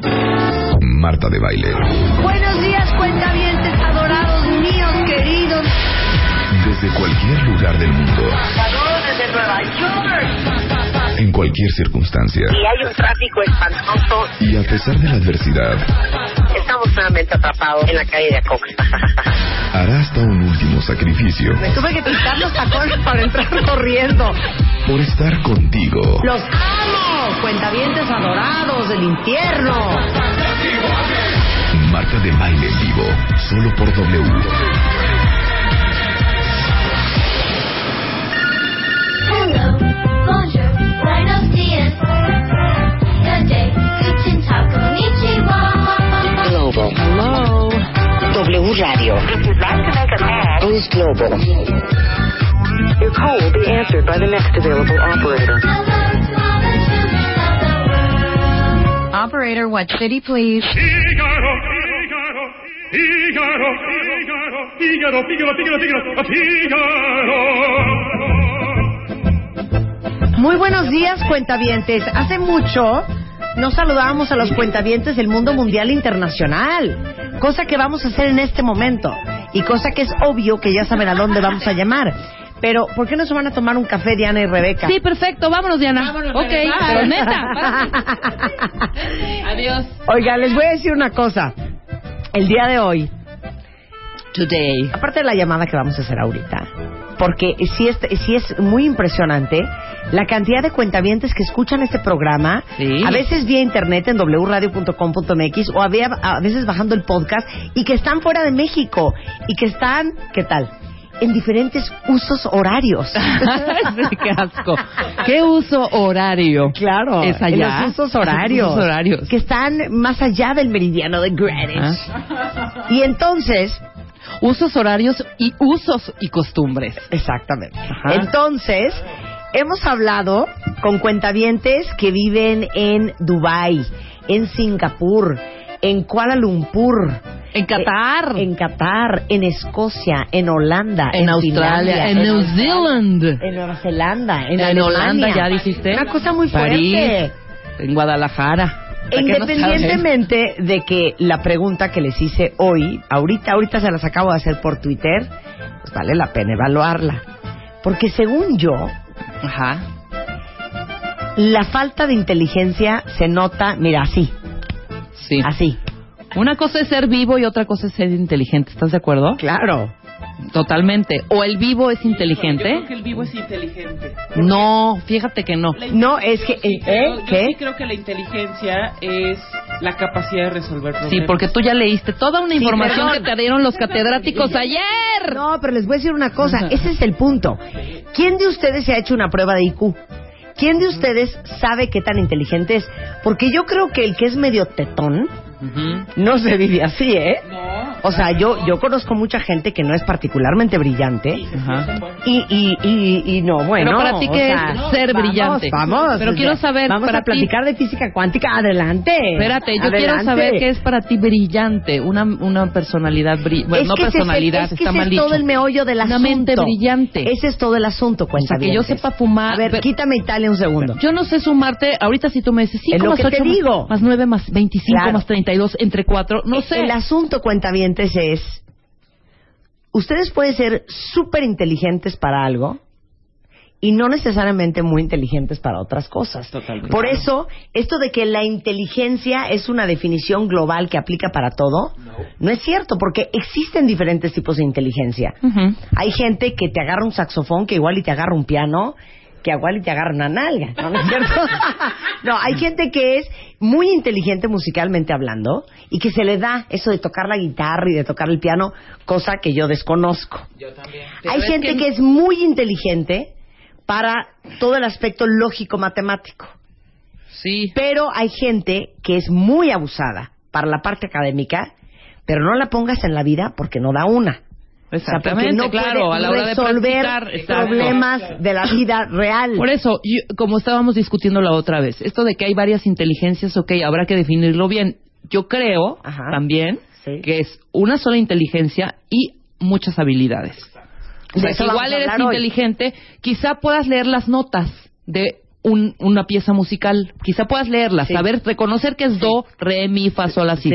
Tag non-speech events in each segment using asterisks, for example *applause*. Marta de Baile. Buenos días, cuentavientes adorados míos, queridos. Desde cualquier lugar del mundo, Saludos desde Nueva York. en cualquier circunstancia. Y hay un tráfico espantoso. Y a pesar de la adversidad, Estamos nuevamente atrapados en la calle de Acox. hará hasta un último sacrificio Me tuve que pintar los tacones para entrar corriendo. por estar contigo. ¡Los amo! Cuentavientes adorados del infierno. Marta de Baile en vivo, solo por W. Hello, bonjour, buenos días. Good day, guten Tag, konnichiwa. Global. Hello. W Radio. If you'd like to make a call, Boost Global. Your call will be answered by the next available Hello operator. to all the children of the world. Operator, what city, please? Figaro, Figaro, Figaro, Figaro, Figaro, Figaro, Figaro, Figaro, Figaro. Muy buenos días, cuentavientes. Hace mucho no saludábamos a los cuentavientes del mundo mundial internacional, cosa que vamos a hacer en este momento y cosa que es obvio que ya saben a dónde vamos a llamar. Pero, ¿por qué no se van a tomar un café, Diana y Rebeca? Sí, perfecto, vámonos, Diana. ok, pero *laughs* neta. Adiós. Oiga, les voy a decir una cosa. El día de hoy, Today. aparte de la llamada que vamos a hacer ahorita, porque sí es, sí es muy impresionante la cantidad de cuentavientes que escuchan este programa, Sí. a veces vía internet en wradio.com.mx o a, vea- a veces bajando el podcast y que están fuera de México y que están, ¿qué tal? En diferentes usos horarios. Sí, qué asco. ¿Qué uso horario? Claro, ¿Es allá? en los usos horarios, Los usos horarios. que están más allá del meridiano de Greenwich. Y entonces, Usos horarios y usos y costumbres. Exactamente. Entonces, hemos hablado con cuentavientes que viven en Dubái, en Singapur, en Kuala Lumpur. En Qatar. eh, En Qatar, en Escocia, en Holanda, en, Australia, Finlandia, en New Australia, Zealand, en Nueva Zelanda, en, En Alemania. Holanda, ya dijiste. Una cosa muy París. fuerte. en Guadalajara. ¿Para qué no sabes? Independientemente de que la pregunta que les hice hoy, ahorita, ahorita se las acabo de hacer por Twitter, pues vale la pena evaluarla. Porque según yo, Ajá. la falta de inteligencia se nota, mira, así, Sí. así. Una cosa es ser vivo y otra cosa es ser inteligente. ¿Estás de acuerdo? Claro. Totalmente. ¿O el vivo es inteligente? Yo creo que el vivo es inteligente. No, fíjate que no. La No, es que, Yo sí eh, creo- ¿eh? yo ¿Qué? sí creo que la inteligencia es la capacidad de resolver problemas. Sí, porque tú ya leíste toda una Sí, información perdón. que te dieron los catedráticos ayer. No, pero les voy a decir una cosa, ese es el punto. ¿Quién de ustedes se ha hecho una prueba de IQ? ¿Quién de ustedes sabe qué tan inteligente es? Porque yo creo que el que es medio tetón Ujú. no se vive así, ¿eh? No. O sea, yo, yo conozco mucha gente que no es particularmente brillante. Ajá. Y, y, y, y no, bueno. Pero para ti, o ¿qué sea, es ser vamos, brillante? Vamos. Pero o quiero sea, saber, Vamos para a platicar de física cuántica. Adelante. Espérate, yo quiero Adelante. saber qué es para ti brillante, una, una personalidad bri- bueno, Es no que ese es el- personalidad, es que está ese mal es todo dicho. el meollo del asunto. Una mente brillante. Ese es todo el asunto, cuenta que yo sepa fumar, A ver, pero- quítame Italia un segundo. Yo no sé sumarte, ahorita si tú me dices Es 5 lo más que te 8 digo. más 9 más 25 Claro. más 32 entre 4, no sé. E-, El asunto, cuentavientes, es... Ustedes pueden ser súper inteligentes para algo y no necesariamente muy inteligentes para otras cosas. Totalmente. Por eso, esto de que la inteligencia es una definición global que aplica para todo, no, es cierto, porque existen diferentes tipos de inteligencia. Ujú. Hay gente que te agarra un saxofón, que igual y te agarra un piano, que igual y te agarra una nalga, ¿no, ¿No es cierto? *laughs* no, hay gente que es muy inteligente musicalmente hablando y que se le da eso de tocar la guitarra y de tocar el piano, cosa que yo desconozco. Pero hay es gente que... que- es muy inteligente para todo el aspecto lógico matemático. Sí. Pero hay gente que es muy abusada para la parte académica, pero no la pongas en la vida porque no da una. O sea, porque Exactamente, no claro, puede a la hora de resolver practicar, exacto. problemas de la vida real. *laughs* Por eso, yo- como estábamos discutiendo la otra vez, esto de que hay varias inteligencias, ok, habrá que definirlo bien. Yo creo también Sí. que es una sola inteligencia y muchas habilidades. O De sea, eso que vamos igual a eres hablar hoy. inteligente, quizá puedas leer las notas de un- una pieza musical, quizá puedas leerlas, saber reconocer que es do, re, mi, fa, sol, así.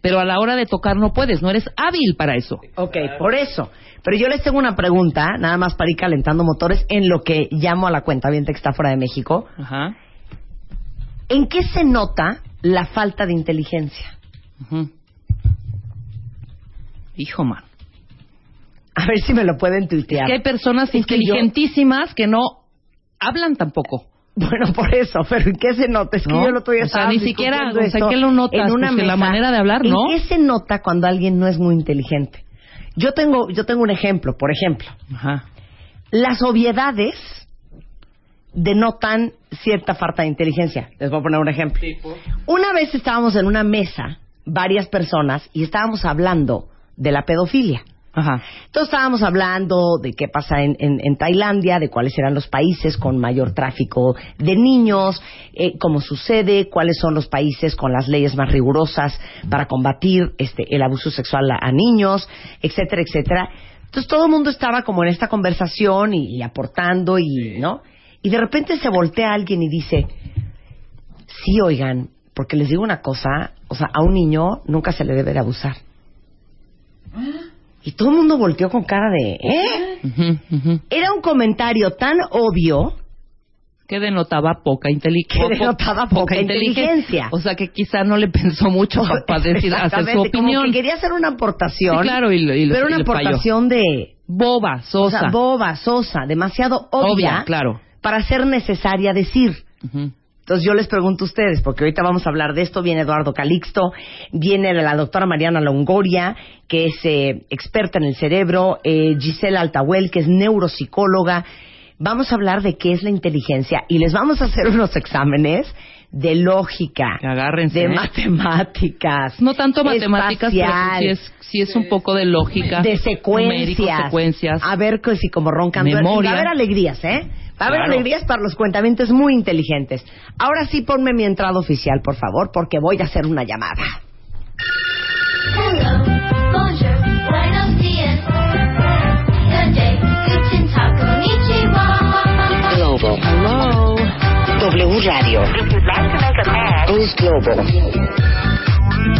Pero a la hora de tocar no puedes, no eres hábil para eso. Ok, por eso. Pero yo les tengo una pregunta, nada más para ir calentando motores en lo que llamo a la cuenta bien que está fuera de México. Ajá. ¿En qué se nota la falta de inteligencia? Ujú. Hijo, man. A ver si me lo pueden tuitear. que hay personas Es que yo- inteligentísimas que no hablan tampoco. Bueno, por eso, pero ¿en qué se nota? Es que No, yo el otro día o sea, estaba ni siquiera, discutiendo o sea, esto ¿qué lo notas? en una Pues, en la mesa. manera de hablar, ¿no? ¿En qué se nota cuando alguien no es muy inteligente? Yo tengo, yo tengo un ejemplo, por ejemplo. Ajá. Las obviedades denotan cierta falta de inteligencia. Les voy a poner un ejemplo. Una vez estábamos en una mesa, varias personas, y estábamos hablando de la pedofilia. Ajá. Entonces estábamos hablando de qué pasa en, en- en Tailandia, de cuáles eran los países con mayor tráfico de niños, eh, cómo sucede, cuáles son los países con las leyes más rigurosas para combatir este, el abuso sexual a, a niños, etcétera, etcétera. Entonces todo el mundo estaba como en esta conversación y, y aportando y no. Y de repente se voltea alguien y dice, sí, oigan, porque les digo una cosa, o sea, a un niño nunca se le debe de abusar. Y todo el mundo volteó con cara de, ¿eh? Era un comentario tan obvio Que denotaba poca inteligencia. Que denotaba poca inteligencia. O sea, que quizá no le pensó *laughs* mucho para decir, hacer su Exactamente, como opinión. que quería hacer una aportación. Sí, claro, y lo- y lo- pero una y le falló. aportación de Boba, o sosa. sea, boba, sosa, demasiado obvia, Obvia, claro. para ser necesaria decir. Ujú. Entonces yo les pregunto a ustedes, porque ahorita vamos a hablar de esto, viene Eduardo Calixto, viene la doctora Mariana Longoria, que es eh, experta en el cerebro, eh, Gisela Altahuel, que es neuropsicóloga. Vamos a hablar de qué es la inteligencia y les vamos a hacer *laughs* unos exámenes de lógica, Agárrense, de ¿eh? matemáticas, No tanto matemáticas, espacial, pero sí es, sí es un poco de lógica. de numérico, secuencias. Ah, secuencias. A ver que si como roncan. duermen. Memoria. Va a haber alegrías, ¿eh? Va a haber Claro. alegrías para los cuentamientos muy inteligentes. Ahora sí ponme mi entrada oficial, por favor, porque voy a hacer una llamada. Hello, bonjour, buenos dias. Good day, guten Tag, konnichiwa. Global. Hello. W Radio. Boost Global.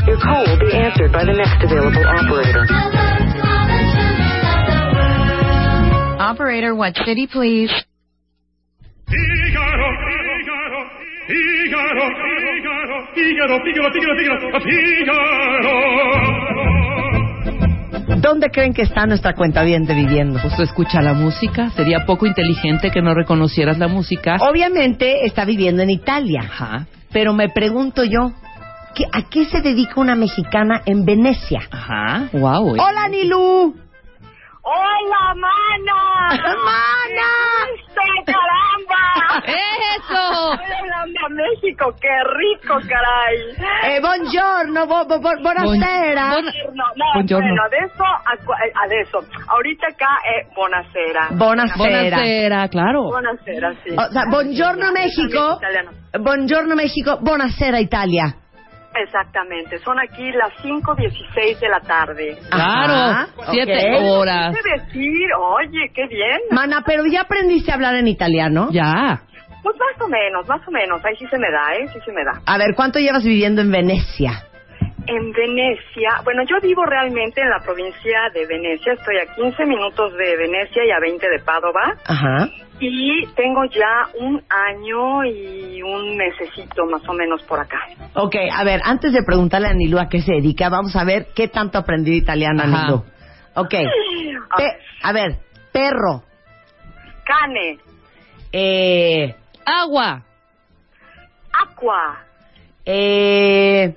Your call will be answered by the next available operator. Hello, other children of the world. Operator, what city, please? Figaro, Figaro, Figaro, Figaro, Figaro, Figaro, Figaro, Figaro, Figaro. ¿Dónde creen que está nuestra cuenta viviendo? viviendo? Pues escucha la música. Sería poco inteligente que no reconocieras la música. Obviamente está viviendo en Italia, Ajá. pero me pregunto yo, ¿qué- ¿a qué se dedica una mexicana en Venecia? Ajá. Wow. Hola, Nilu. ¡Hola, mana! ¡Mana! ¡Esto, *laughs* caramba! ¿Eh? ¡Eso! ¡Hola, México! ¡Qué rico, caray! Eh, buongiorno, bu- bu- bu- buonasera. Bon- No, no, Buongiorno. bueno, de eso, a, cu- eh, a de eso. Ahorita acá es eh, Bonacera. Buonasera. Buenasera, claro. Bonacera, sí. Ah, O sea, buongiorno México. Italiano. Buongiorno México, buonasera Italia. Exactamente, son aquí las 5.16 de la tarde. Ajá, Claro. Siete ok. horas. ¿Qué decir? Oye, qué bien. Mana, pero ya aprendiste a hablar en italiano. Ya. Pues más o menos, más o menos. Ahí sí se me da, ¿eh? Sí se me da. A ver, ¿cuánto llevas viviendo en Venecia? En Venecia, bueno, yo vivo realmente en la provincia de Venecia, estoy a 15 minutos de Venecia y a 20 de Padova, Ajá. y tengo ya un año y un mesecito más o menos por acá. Ok, a ver, antes de preguntarle a Nilu a qué se dedica, vamos a ver qué tanto aprendió italiano Ajá. Nilu. Ok. Ah, Pe- a ver, perro, Cane, eh, Agua. aqua, eh,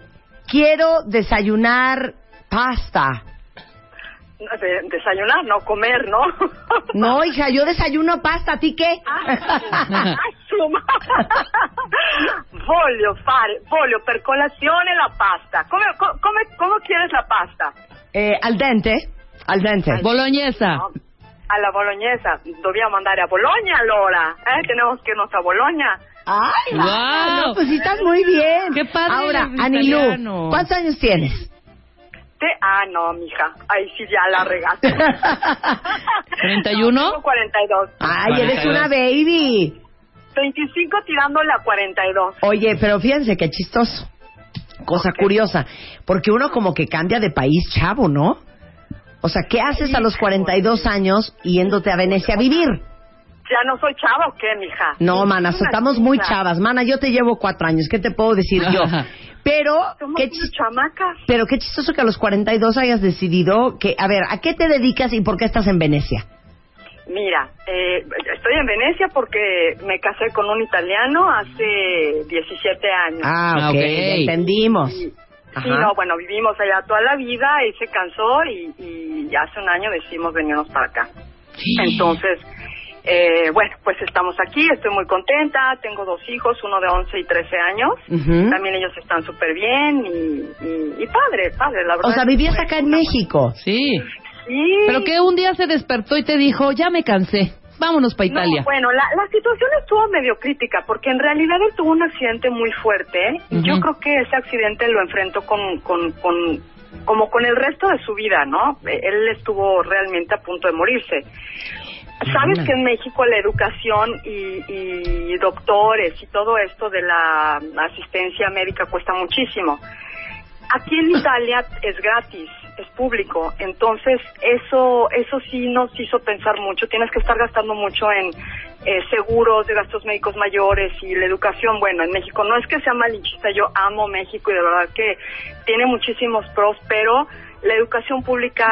quiero desayunar pasta. de- desayunar, no comer, ¿no? No, hija, yo desayuno pasta, ¿a ti qué? Suma. Voglio fare, voglio per colazione la pasta. Come, co- come, come quieres la pasta? Eh, al dente. Al dente. Boloñesa. Alla bolognesa. Dobbiamo andare a Bologna allora. Eh, tenemos que irnos a Bologna. ¡Ay! ah, no, pues sí estás muy bien. ¡Qué padre Ahora, eres italiano. Anilú, ¿cuántos años tienes? Te- ah, no, mija. Ahí sí ya la regaste. *laughs* ¿31? Tengo 42. Ay, eres una baby. 25 tirando la 42. Oye, pero fíjense qué chistoso. Cosa curiosa. Porque uno como que cambia de país, chavo, ¿no? O sea, ¿qué haces a los 42 años yéndote a Venecia a vivir? ¿Ya no soy chava o qué, mija? No, mana, Una estamos muy chica. chavas. Mana, yo te llevo cuatro años. ¿Qué te puedo decir yo? Pero Somos qué, unas chis- chamacas. pero qué chistoso que a los 42 hayas decidido que, a ver, ¿a qué te dedicas y por qué estás en Venecia? Mira, eh, estoy en Venecia porque me casé con un italiano hace 17 años. Ah, ok, ya entendimos. Sí, Ajá. no, bueno, vivimos allá toda la vida, él se cansó y, y hace un año decidimos venirnos para acá. Entonces, eh, bueno, pues estamos aquí, estoy muy contenta, tengo dos hijos, uno de 11 y 13 años, Ujú. también ellos están súper bien y, y, y padre, padre, la verdad. O sea, vivías acá en México. Sí. Sí. Pero que un día se despertó y te dijo, ya me cansé, vámonos para Italia. No, pues, bueno, la, la situación estuvo medio crítica porque en realidad él tuvo un accidente muy fuerte. Ujú. Yo creo que ese accidente lo enfrentó con, con, con- como con el resto de su vida, ¿no? Eh, Él estuvo realmente a punto de morirse. Sabes Anda. que en México la educación y, y doctores y todo esto de la asistencia médica cuesta muchísimo. Aquí *laughs* en Italia es gratis, es público, entonces eso eso sí nos hizo pensar mucho. Tienes que estar gastando mucho en eh, seguros de gastos médicos mayores y la educación. Bueno, en México no es que sea malinchista, yo amo México y de verdad que tiene muchísimos pros, pero la educación pública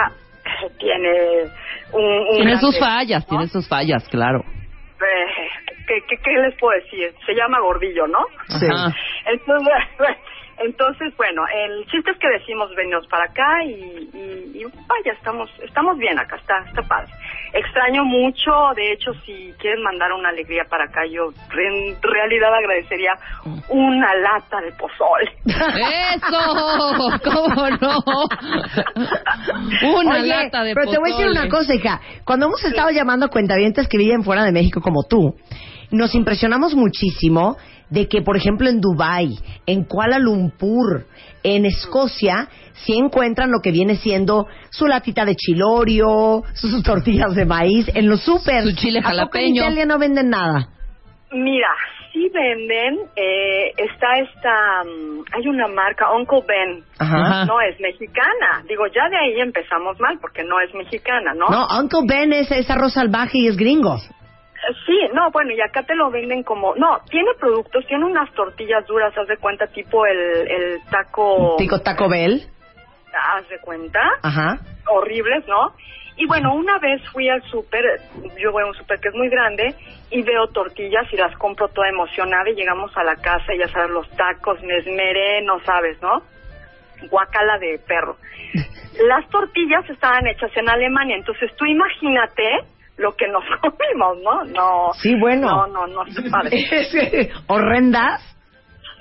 eh, tiene un, un Tiene gran sus tema. fallas, tiene sus fallas, claro. Eh, ¿qué, qué, qué les puedo decir? Se llama Gordillo, ¿no? Sí. Ajá. Entonces, entonces bueno, el chiste es que decimos venirnos para acá y, y- y vaya, estamos estamos bien acá, está, está padre. Extraño mucho, de hecho, si quieren mandar una alegría para acá, yo en realidad agradecería una lata de pozole. *laughs* ¡Eso! *laughs* ¿Cómo no? Una Oye, lata de Pero te voy a decir pozole. una cosa, hija. Cuando hemos estado llamando a cuentavientes que viven fuera de México como tú, nos impresionamos muchísimo de que, por ejemplo, en Dubái, en Kuala Lumpur, en Escocia, sí encuentran lo que viene siendo su latita de chilorio, sus *laughs* tortillas de maíz, en los súper. Su chile jalapeño. en Italia no venden nada? Mira, sí venden, eh, está esta, mm, hay una marca, Uncle Ben, Ajá. no es mexicana. Digo, ya de ahí empezamos mal porque no es mexicana, ¿no? No, Uncle Ben es, es arroz salvaje y es gringo. Eh, Sí, no, bueno, y acá te lo venden como, no, tiene productos, tiene unas tortillas duras, haz de cuenta, tipo el, el taco, Tico Taco Bell. Ah, haz de cuenta, Ajá. horribles, ¿no? Y bueno, una vez fui al súper, yo voy a un súper que es muy grande, y veo tortillas y las compro toda emocionada y llegamos a la casa y ya sabes, los tacos, me esmeré, no sabes, ¿no? Guacala de perro. Las tortillas estaban hechas en Alemania, entonces tú imagínate lo que nos comimos, ¿no? No. Sí, bueno. No, no, no, está *laughs* padre. Horrendas.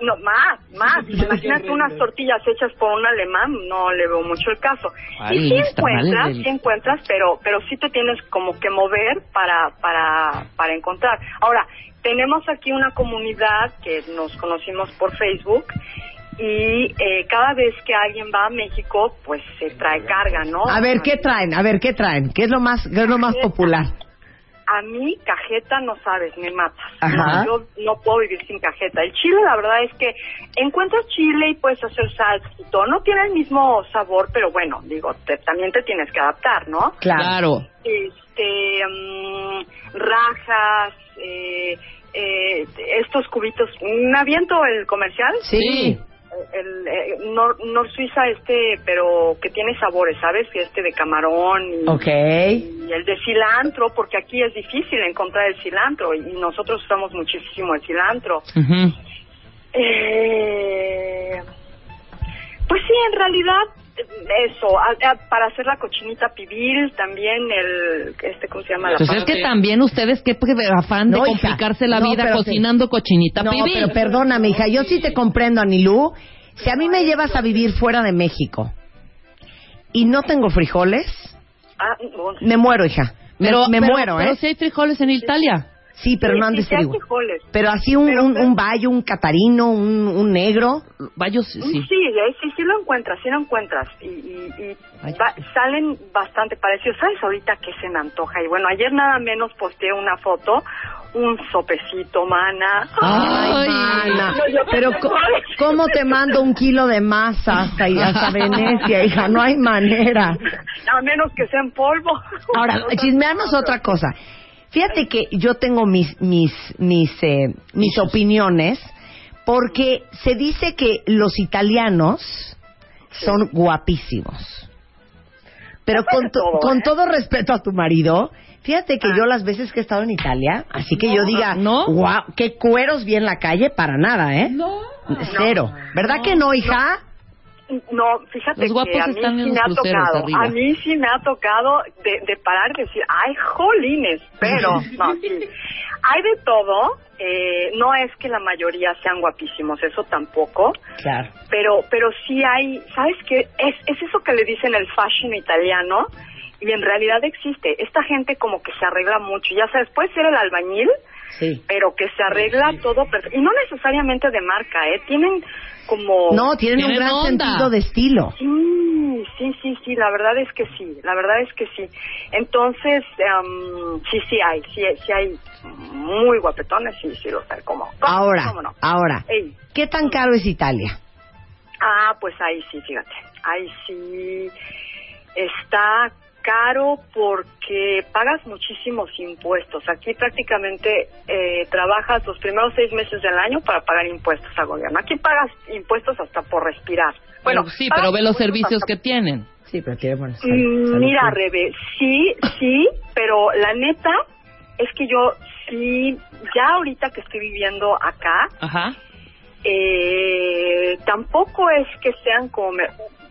No, más, más. Imagínate unas tortillas hechas por un alemán, no le veo mucho el caso. Ay, y sí los tamales encuentras, del- sí encuentras, pero, pero sí te tienes como que mover para, para, para encontrar. Ahora, tenemos aquí una comunidad que nos conocimos por Facebook y eh, cada vez que alguien va a México, pues se trae carga, ¿no? Ah. A ver, ¿qué traen? A ver, ¿qué traen? ¿Qué es lo más, qué es lo más popular? A mí, cajeta, no sabes, me matas. Ajá. No, yo no puedo vivir sin cajeta. El chile, la verdad es que encuentras chile y puedes hacer salsa y todo. No tiene el mismo sabor, pero bueno, digo, te- también te tienes que adaptar, ¿no? Claro. Este, mm, rajas, eh, eh, estos cubitos. ¿Me aviento el comercial? Sí. El, eh, Nor, Nor Suiza este, pero que tiene sabores, ¿sabes? Que Este de camarón y Ok. y el de cilantro, porque aquí es difícil encontrar el cilantro y nosotros usamos muchísimo el cilantro. Eh, pues sí, en realidad eso, a- a- para hacer la cochinita pibil, también el, este, ¿cómo se llama? La Entonces es parte- que también ustedes qué pre- afán de No, hija. complicarse la No, vida pero sí. cocinando cochinita No, pibil. pero perdóname, hija, yo sí te comprendo, Anilú. Si a mí me llevas a vivir fuera de México y no tengo frijoles, Ah, no, me muero, hija. Me, Pero- me pero- muero, pero ¿eh? sí hay frijoles en Italia. Sí, pero no han de sí, sí ser hay igual. frijoles. Pero así un, un, un bayo, un catarino, un, un negro. Bayos, sí. Sí, eh, sí, sí lo encuentras, sí lo encuentras. Y, y- y Ay, va- pues. salen bastante parecidos. ¿Sabes ahorita qué se me antoja? Y bueno, ayer nada menos posteé una foto, un sopecito, mana. *laughs* Ah. Ay, mana. Pero co- ¿cómo te mando un kilo de masa hasta, hasta Venecia, hija? No hay manera. A menos que sea en polvo. *laughs* Ahora, chismearnos otra cosa. Fíjate que yo tengo mis mis mis eh, mis opiniones porque se dice que los italianos son guapísimos. Pero con, to- con todo ¿eh? respeto a tu marido, fíjate que yo las veces que he estado en Italia, así que yo diga, no, wow, qué cueros vi en la calle, para nada, ¿eh? No. Cero. ¿Verdad que no, hija? No, fíjate Los que guapos a mí están en sí los me ha cruceros tocado, arriba. a mí sí me ha tocado de, de parar y decir, ay, jolines, *laughs* pero no, sí. Hay de todo, eh, no es que la mayoría sean guapísimos, eso tampoco, Claro. pero pero sí hay, ¿sabes qué? Es, es eso que le dicen el fashion italiano y en realidad existe. Esta gente como que se arregla mucho, ya sabes, puede ser el albañil, Sí. pero que se arregla todo, perfe- y no necesariamente de marca, ¿eh? Tienen como... No, tienen, un Tienen gran onda. sentido de estilo. Sí, sí, sí, sí, la verdad es que sí, la verdad es que sí. Entonces, em, sí, sí hay, sí, hay- sí hay muy guapetones, sí, sí los hay, como. ¿cómo- Ahora, cómo no? ahora, Ey. ¿qué tan caro es Italia? Ah, pues ahí sí, fíjate, ahí sí está caro porque pagas muchísimos impuestos. Aquí prácticamente eh, trabajas los primeros seis meses del año para pagar impuestos al gobierno. Aquí pagas impuestos hasta por respirar. Bueno, Bueno, sí, pagas pero ve los impuestos servicios hasta que tienen. Sí, pero tiene buenos Mm, Mira, Rebe, sí, sí, pero la neta es que yo sí, ya ahorita que estoy viviendo acá, Ajá. eh, tampoco es que sean como... me-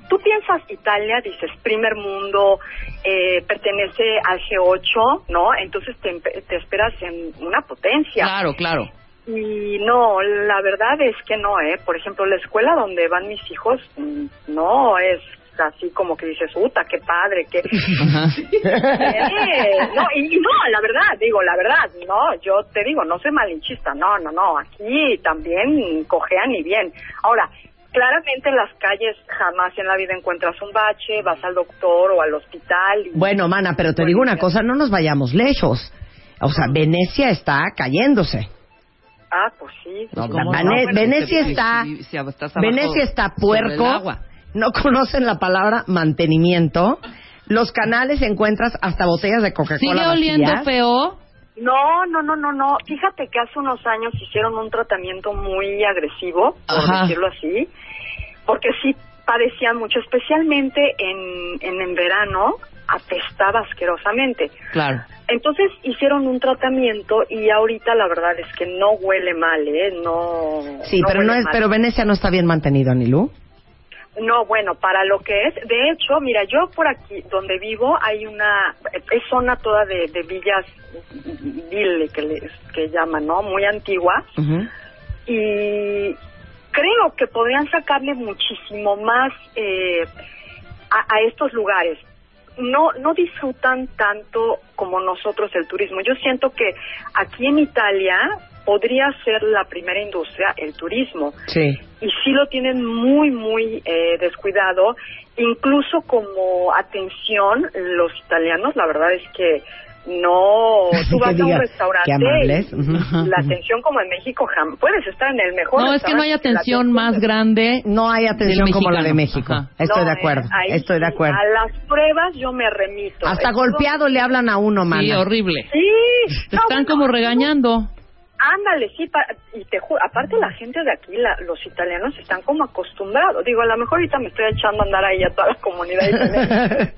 Tú piensas Italia, dices primer mundo, eh, pertenece al G8, ¿no? Entonces te, empe- te esperas en una potencia. Claro, claro. Y no, la verdad es que no, ¿eh? Por ejemplo, la escuela donde van mis hijos mm, no es así como que dices, puta, qué padre, qué... *laughs* Ajá. Eh, no, y, y no, la verdad, digo, la verdad, no, yo te digo, no soy malinchista, no, no, no, aquí también cojean y bien. Ahora, claramente en las calles jamás en la vida encuentras un bache, vas al doctor o al hospital y... Bueno, mana, pero te digo una cosa, no nos vayamos lejos. O sea, Venecia está cayéndose. Ah, pues sí. No, Pues, Vane- Venecia está- si- si estás abajo Venecia está sobre puerco. el agua. No conocen la palabra mantenimiento. Los canales encuentras hasta botellas de Sigue Coca-Cola oliendo vacías. feo. No, no, no, no, no. Fíjate que hace unos años hicieron un tratamiento muy agresivo, por Ajá. decirlo así, porque sí padecían mucho, especialmente en, en, en verano, apestaba asquerosamente. Claro. Entonces hicieron un tratamiento y ahorita la verdad es que no huele mal, ¿eh? No. Sí, pero no huele es, mal. pero Venecia no está bien mantenido, Anilú. No, bueno, para lo que es, de hecho, mira, yo por aquí donde vivo hay una, es zona toda de, de villas, ville que, les, que llaman, ¿no? Muy antigua. y creo que podrían sacarle muchísimo más eh, a, a estos lugares. No, no disfrutan tanto como nosotros el turismo. Yo siento que aquí en Italia podría ser la primera industria el turismo Sí. y sí lo tienen muy, muy eh, descuidado. Incluso como atención, los italianos, la verdad es que *laughs* no. Así Tú que vas a digas, un qué restaurante. amables. y Ujú. La atención, como en México, jam- puedes estar en el mejor. No, es que no hay restaurante, la atención más grande. No hay atención Del como la de mexicano. México. Ajá. Estoy No, de eh, acuerdo. ahí Estoy de sí, acuerdo. A las pruebas yo me remito. Hasta Eso- golpeado le hablan a uno, mana. Sí, horrible. Sí. Te No, están bueno, como regañando. Ándale, sí, pa- y te juro, aparte la gente de aquí, la- los italianos están como acostumbrados. Digo, a lo mejor ahorita me estoy echando a andar ahí a toda la comunidad italiana.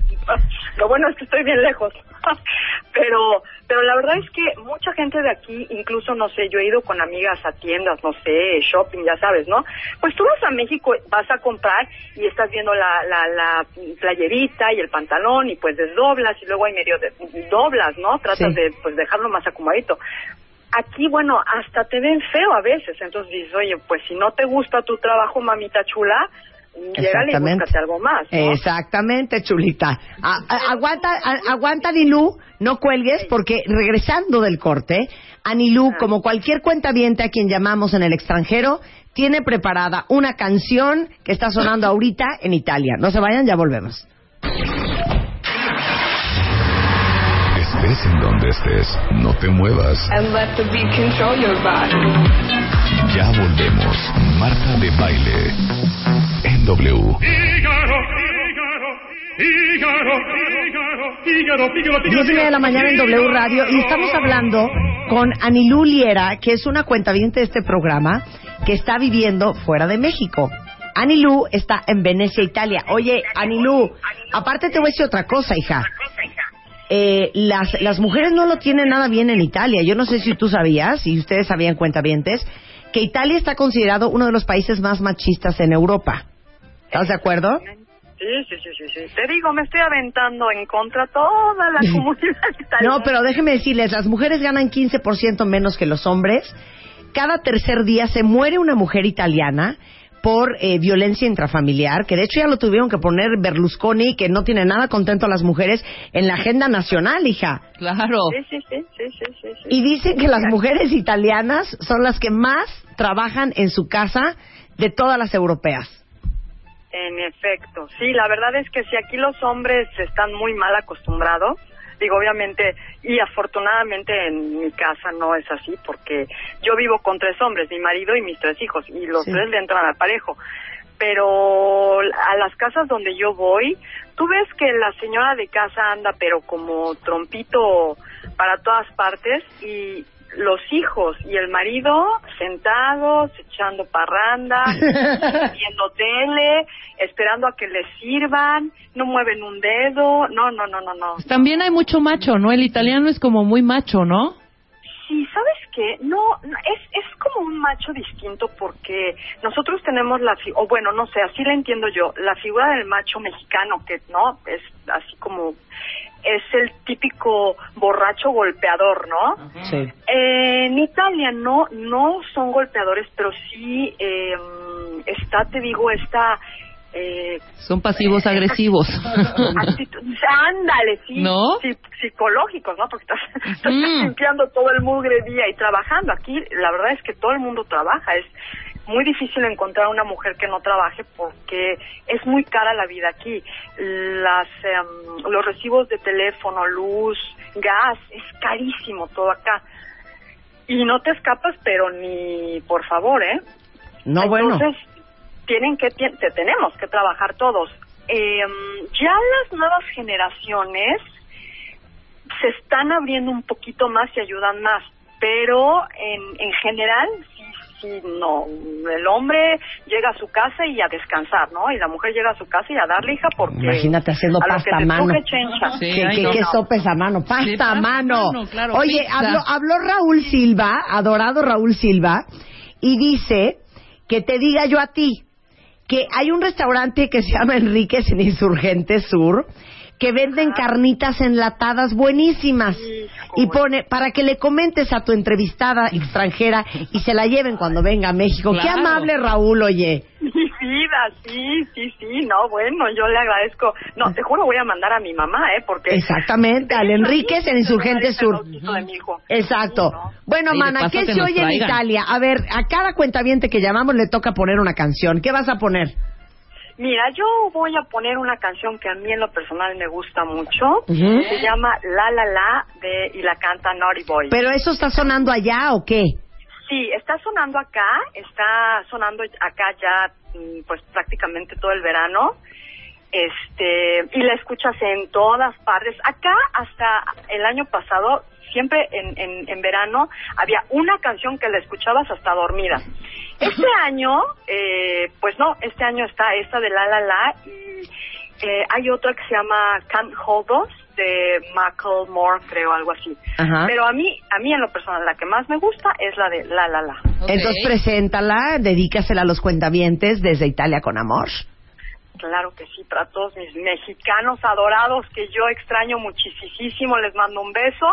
Lo bueno es que estoy bien lejos. *laughs* Pero, pero la verdad es que mucha gente de aquí, incluso, no sé, yo he ido con amigas a tiendas, no sé, shopping, ya sabes, ¿no? Pues tú vas a México, vas a comprar y estás viendo la, la, la playerita y el pantalón y pues desdoblas y luego hay medio de, doblas, ¿no? Tratas Sí. de pues dejarlo más acomodadito. Aquí, bueno, hasta te ven feo a veces, entonces dices, oye, pues si no te gusta tu trabajo, mamita chula, llégale y Exactamente. búscate algo más. ¿no? Exactamente, chulita. A- a- aguanta, a- aguanta, Nilú, no cuelgues, porque regresando del corte, a Nilú, como cualquier cuentaviente a quien llamamos en el extranjero, tiene preparada una canción que está sonando ahorita en Italia. No se vayan, ya volvemos. Estés en donde estés, no te muevas. And let the beat control your body. Ya volvemos. Marta de baile. En W. Diez y media de la mañana en W Radio y estamos hablando con Anilú Liera, que es una cuentaviente de este programa que está viviendo fuera de México. Anilú está en Venecia, Italia. Oye, Anilú, aparte te voy a decir otra cosa, hija. Eh, las, las mujeres no lo tienen nada bien en Italia. Yo no sé si tú sabías, si ustedes sabían cuentavientes, que Italia está considerado uno de los países más machistas en Europa. ¿Estás de acuerdo? Sí, sí, sí, sí, sí. Te digo, me estoy aventando en contra toda *laughs* la comunidad italiana. No, pero déjenme decirles, las mujeres ganan 15% menos que los hombres. Cada tercer día se muere una mujer italiana por eh, violencia intrafamiliar, que de hecho ya lo tuvieron que poner Berlusconi, que no tiene nada contento a las mujeres, en la agenda nacional, hija. Claro. Sí, sí, sí, sí, sí, sí, sí. Y dicen que las mujeres italianas son las que más trabajan en su casa de todas las europeas. En efecto, sí, la verdad es que si aquí los hombres están muy mal acostumbrados, digo, obviamente, y afortunadamente en mi casa no es así, porque yo vivo con tres hombres, mi marido y mis tres hijos, y los tres le entran al parejo. Pero a las casas donde yo voy, tú ves que la señora de casa anda, pero como trompito para todas partes, y los hijos y el marido sentados, echando parranda, viendo tele, esperando a que les sirvan, no mueven un dedo, no, no, no, no, no. También hay mucho macho, ¿no? El italiano es como muy macho, ¿no? Sí, ¿sabes qué? No, no, es, es como un macho distinto porque nosotros tenemos la, fi- o bueno, no sé, así la entiendo yo, la figura del macho mexicano que, ¿no? Es así como, es el típico borracho golpeador, ¿no? Sí. Eh, en Italia no, no son golpeadores, pero sí eh, está, te digo, esta... Eh, Son pasivos *laughs* agresivos. actitud- ándale, sí, ¿No? sí, psicológicos, ¿no? Porque estás, estás *laughs* limpiando todo el mugre día y trabajando. Aquí la verdad es que todo el mundo trabaja. Es muy difícil encontrar una mujer que no trabaje porque es muy cara la vida aquí. Las, em, los recibos de teléfono, luz, gas, es carísimo todo acá. Y no te escapas, pero ni por favor, ¿eh? No, bueno. Entonces, tienen que, tien- te- tenemos que trabajar todos. Eh, ya las nuevas generaciones se están abriendo un poquito más y ayudan más, pero en, en general, sí, sí, no. El hombre llega a su casa y a descansar, ¿no? Y la mujer llega a su casa y a darle hija porque... Imagínate haciendo a lo pasta que te a mano. truje, chencha. que que- que sopes a mano, pasta Sí, a pasta mano. a mano, claro, Oye, pizza. habló, habló Raúl Silva, adorado Raúl Silva, y dice que te diga yo a ti que hay un restaurante que se llama Enríquez en Insurgente Sur que venden carnitas enlatadas buenísimas y pone para que le comentes a tu entrevistada extranjera y se la lleven cuando venga a México. Qué Claro. amable Raúl, oye. *laughs* Mi vida, sí, sí, sí, no, bueno, yo le agradezco. No, te juro, voy a mandar a mi mamá, ¿eh? Porque... Exactamente, al Enríquez en Insurgente Sur. Lo de mi hijo. Exacto. Bueno, Sí, de mana, paso ¿qué que se nos oye en traigan. Italia? A ver, a cada cuentaviente que llamamos le toca poner una canción. ¿Qué vas a poner? Mira, yo voy a poner una canción que a mí en lo personal me gusta mucho. Ujú. Se llama La La La de y la canta Naughty Boy. ¿Pero eso está sonando allá o qué? Sí, está sonando acá, está sonando acá ya mm, pues prácticamente todo el verano. Este, y la escuchas en todas partes. Acá hasta el año pasado siempre en, en, en verano había una canción que la escuchabas hasta dormida. Este año, eh, pues no, este año está esta de La La La y eh, hay otra que se llama Can't Hold Us de Macklemore, creo, algo así. Ajá. Pero a mí, a mí en lo personal, la que más me gusta es la de La La La. Entonces preséntala, dedícasela a los cuentavientes desde Italia con amor. Claro que sí, para todos mis mexicanos adorados que yo extraño muchísimo, les mando un beso,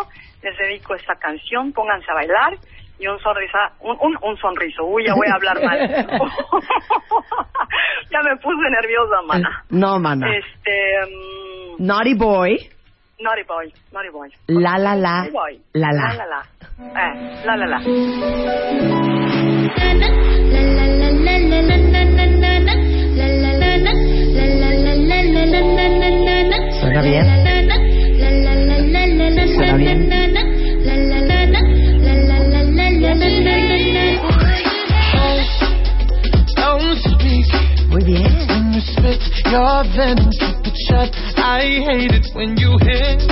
les dedico esta canción, pónganse a bailar y un sonrisa, un, un, un sonriso, uy, ya voy a hablar mal. *laughs* ya me puse nerviosa, mana. Eh, No, mana. Este, mm, Naughty Boy, Naughty Boy, Naughty Boy. la la la, Naughty Boy. Ah, la la. La la la. Eh, la la la. Suena bien. Suena bien. Muy bien. Your venom, keep it shut. I hate it when you hit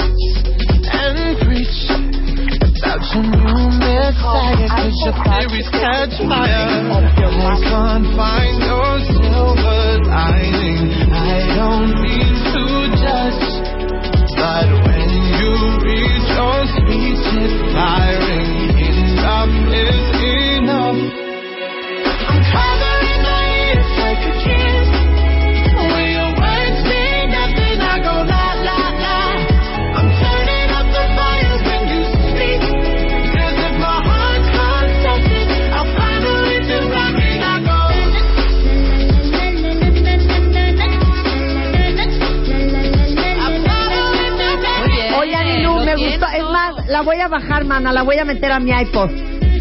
and preach about your new Oh, messiah. Cause your theories catch fire. Walk on, find your silver lining. I don't mean to judge, but when you reach your speech is firing. Enough is enough. I'm covering my ears like a kiss. When your words mean nothing, I go la la la. I'm turning up the fire when you speak. 'Cause if my heart can't touch it, I'll find a way to rock it. I go Oye, Anilú, me gustó. Es más, la voy a bajar, mana, la voy a meter a mi iPod.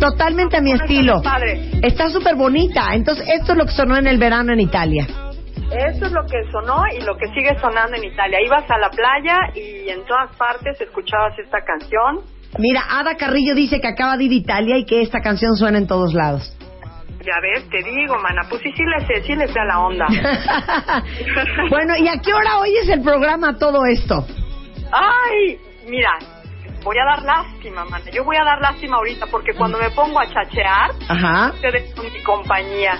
Totalmente a mi estilo. Está súper bonita. Entonces, esto es lo que sonó en el verano en Italia. Eso es lo que sonó y lo que sigue sonando en Italia. Ibas a la playa y en todas partes escuchabas esta canción. Mira, Ada Carrillo dice que acaba de ir a Italia y que esta canción suena en todos lados. *laughs* Ya ves, te digo, mana, pues sí, sí le sé, sí le sé a *laughs* la onda. Bueno, ¿y a qué hora oyes el programa todo esto? Ay, mira, voy a dar lástima, mana. Yo voy a dar lástima ahorita porque cuando me pongo a chachear, Ajá. ustedes son mi compañía.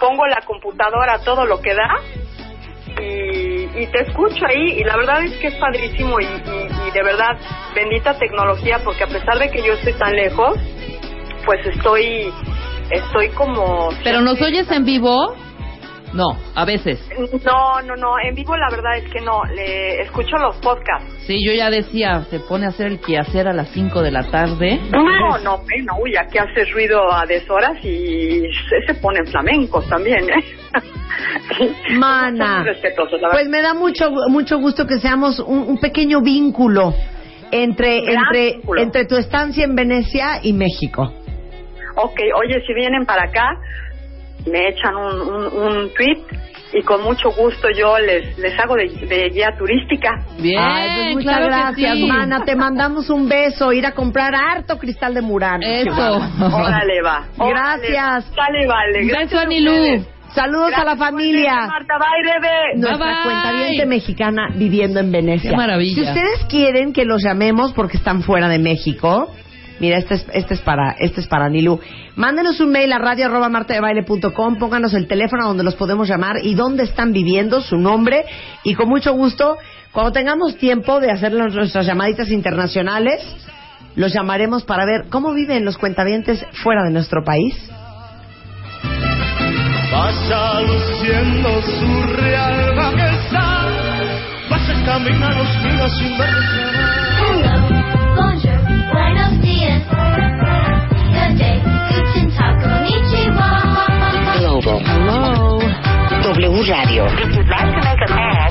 Pongo la computadora, todo lo que da, y, y te escucho ahí. Y la verdad es que es padrísimo y, y- y de verdad, bendita tecnología, porque a pesar de que yo estoy tan lejos, pues estoy, estoy como... ¿Pero nos oyes en vivo? No, a veces. No, no, no, en vivo la verdad es que no, le escucho los podcasts. Sí, yo ya decía, se pone a hacer el quehacer a las 5 de la tarde. No, no, eh, no, uy, aquí hace ruido a deshoras y se, se ponen flamencos también, ¿eh? *laughs* Mana. Son respetuosos, la Pues verdad. me da mucho mucho gusto que seamos un, un pequeño vínculo entre Gran entre vínculo. entre tu estancia en Venecia y México. Ok, oye, si vienen para acá, me echan un, un, un tweet y con mucho gusto yo les, les hago de, de guía turística. Ay, pues muchas gracias, mana. Te mandamos un beso. Ir a comprar harto cristal de Murano. Eso. Órale, va. Gracias. Dale, vale. Gracias a ustedes. Saludos a la Gracias, familia. Marta, bye, bebé. Nuestra cuenta viente mexicana viviendo en Venecia. Qué maravilla. Si ustedes quieren que los llamemos porque están fuera de México, mira, este es, este es para este es para Nilu. Mándenos un mail a radio arroba martadebaile.com, pónganos el teléfono donde los podemos llamar y dónde están viviendo, su nombre y con mucho gusto, cuando tengamos tiempo de hacer las- nuestras llamaditas internacionales, los llamaremos para ver cómo viven los cuentavientes fuera de nuestro país. Vaya luciendo su real majestad, vaya caminando sin Global. Hello. W Radio.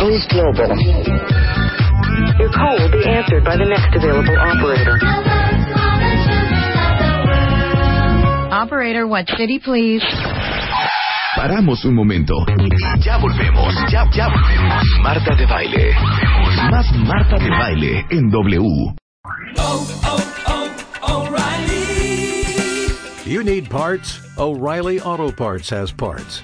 Boost Global. Your call will be answered by the next available operator. Operator, what city, please? Paramos un momento. Ya volvemos. Ya, ya volvemos. Marta de baile. Más Marta de baile en W. You need parts? O'Reilly Auto Parts has parts.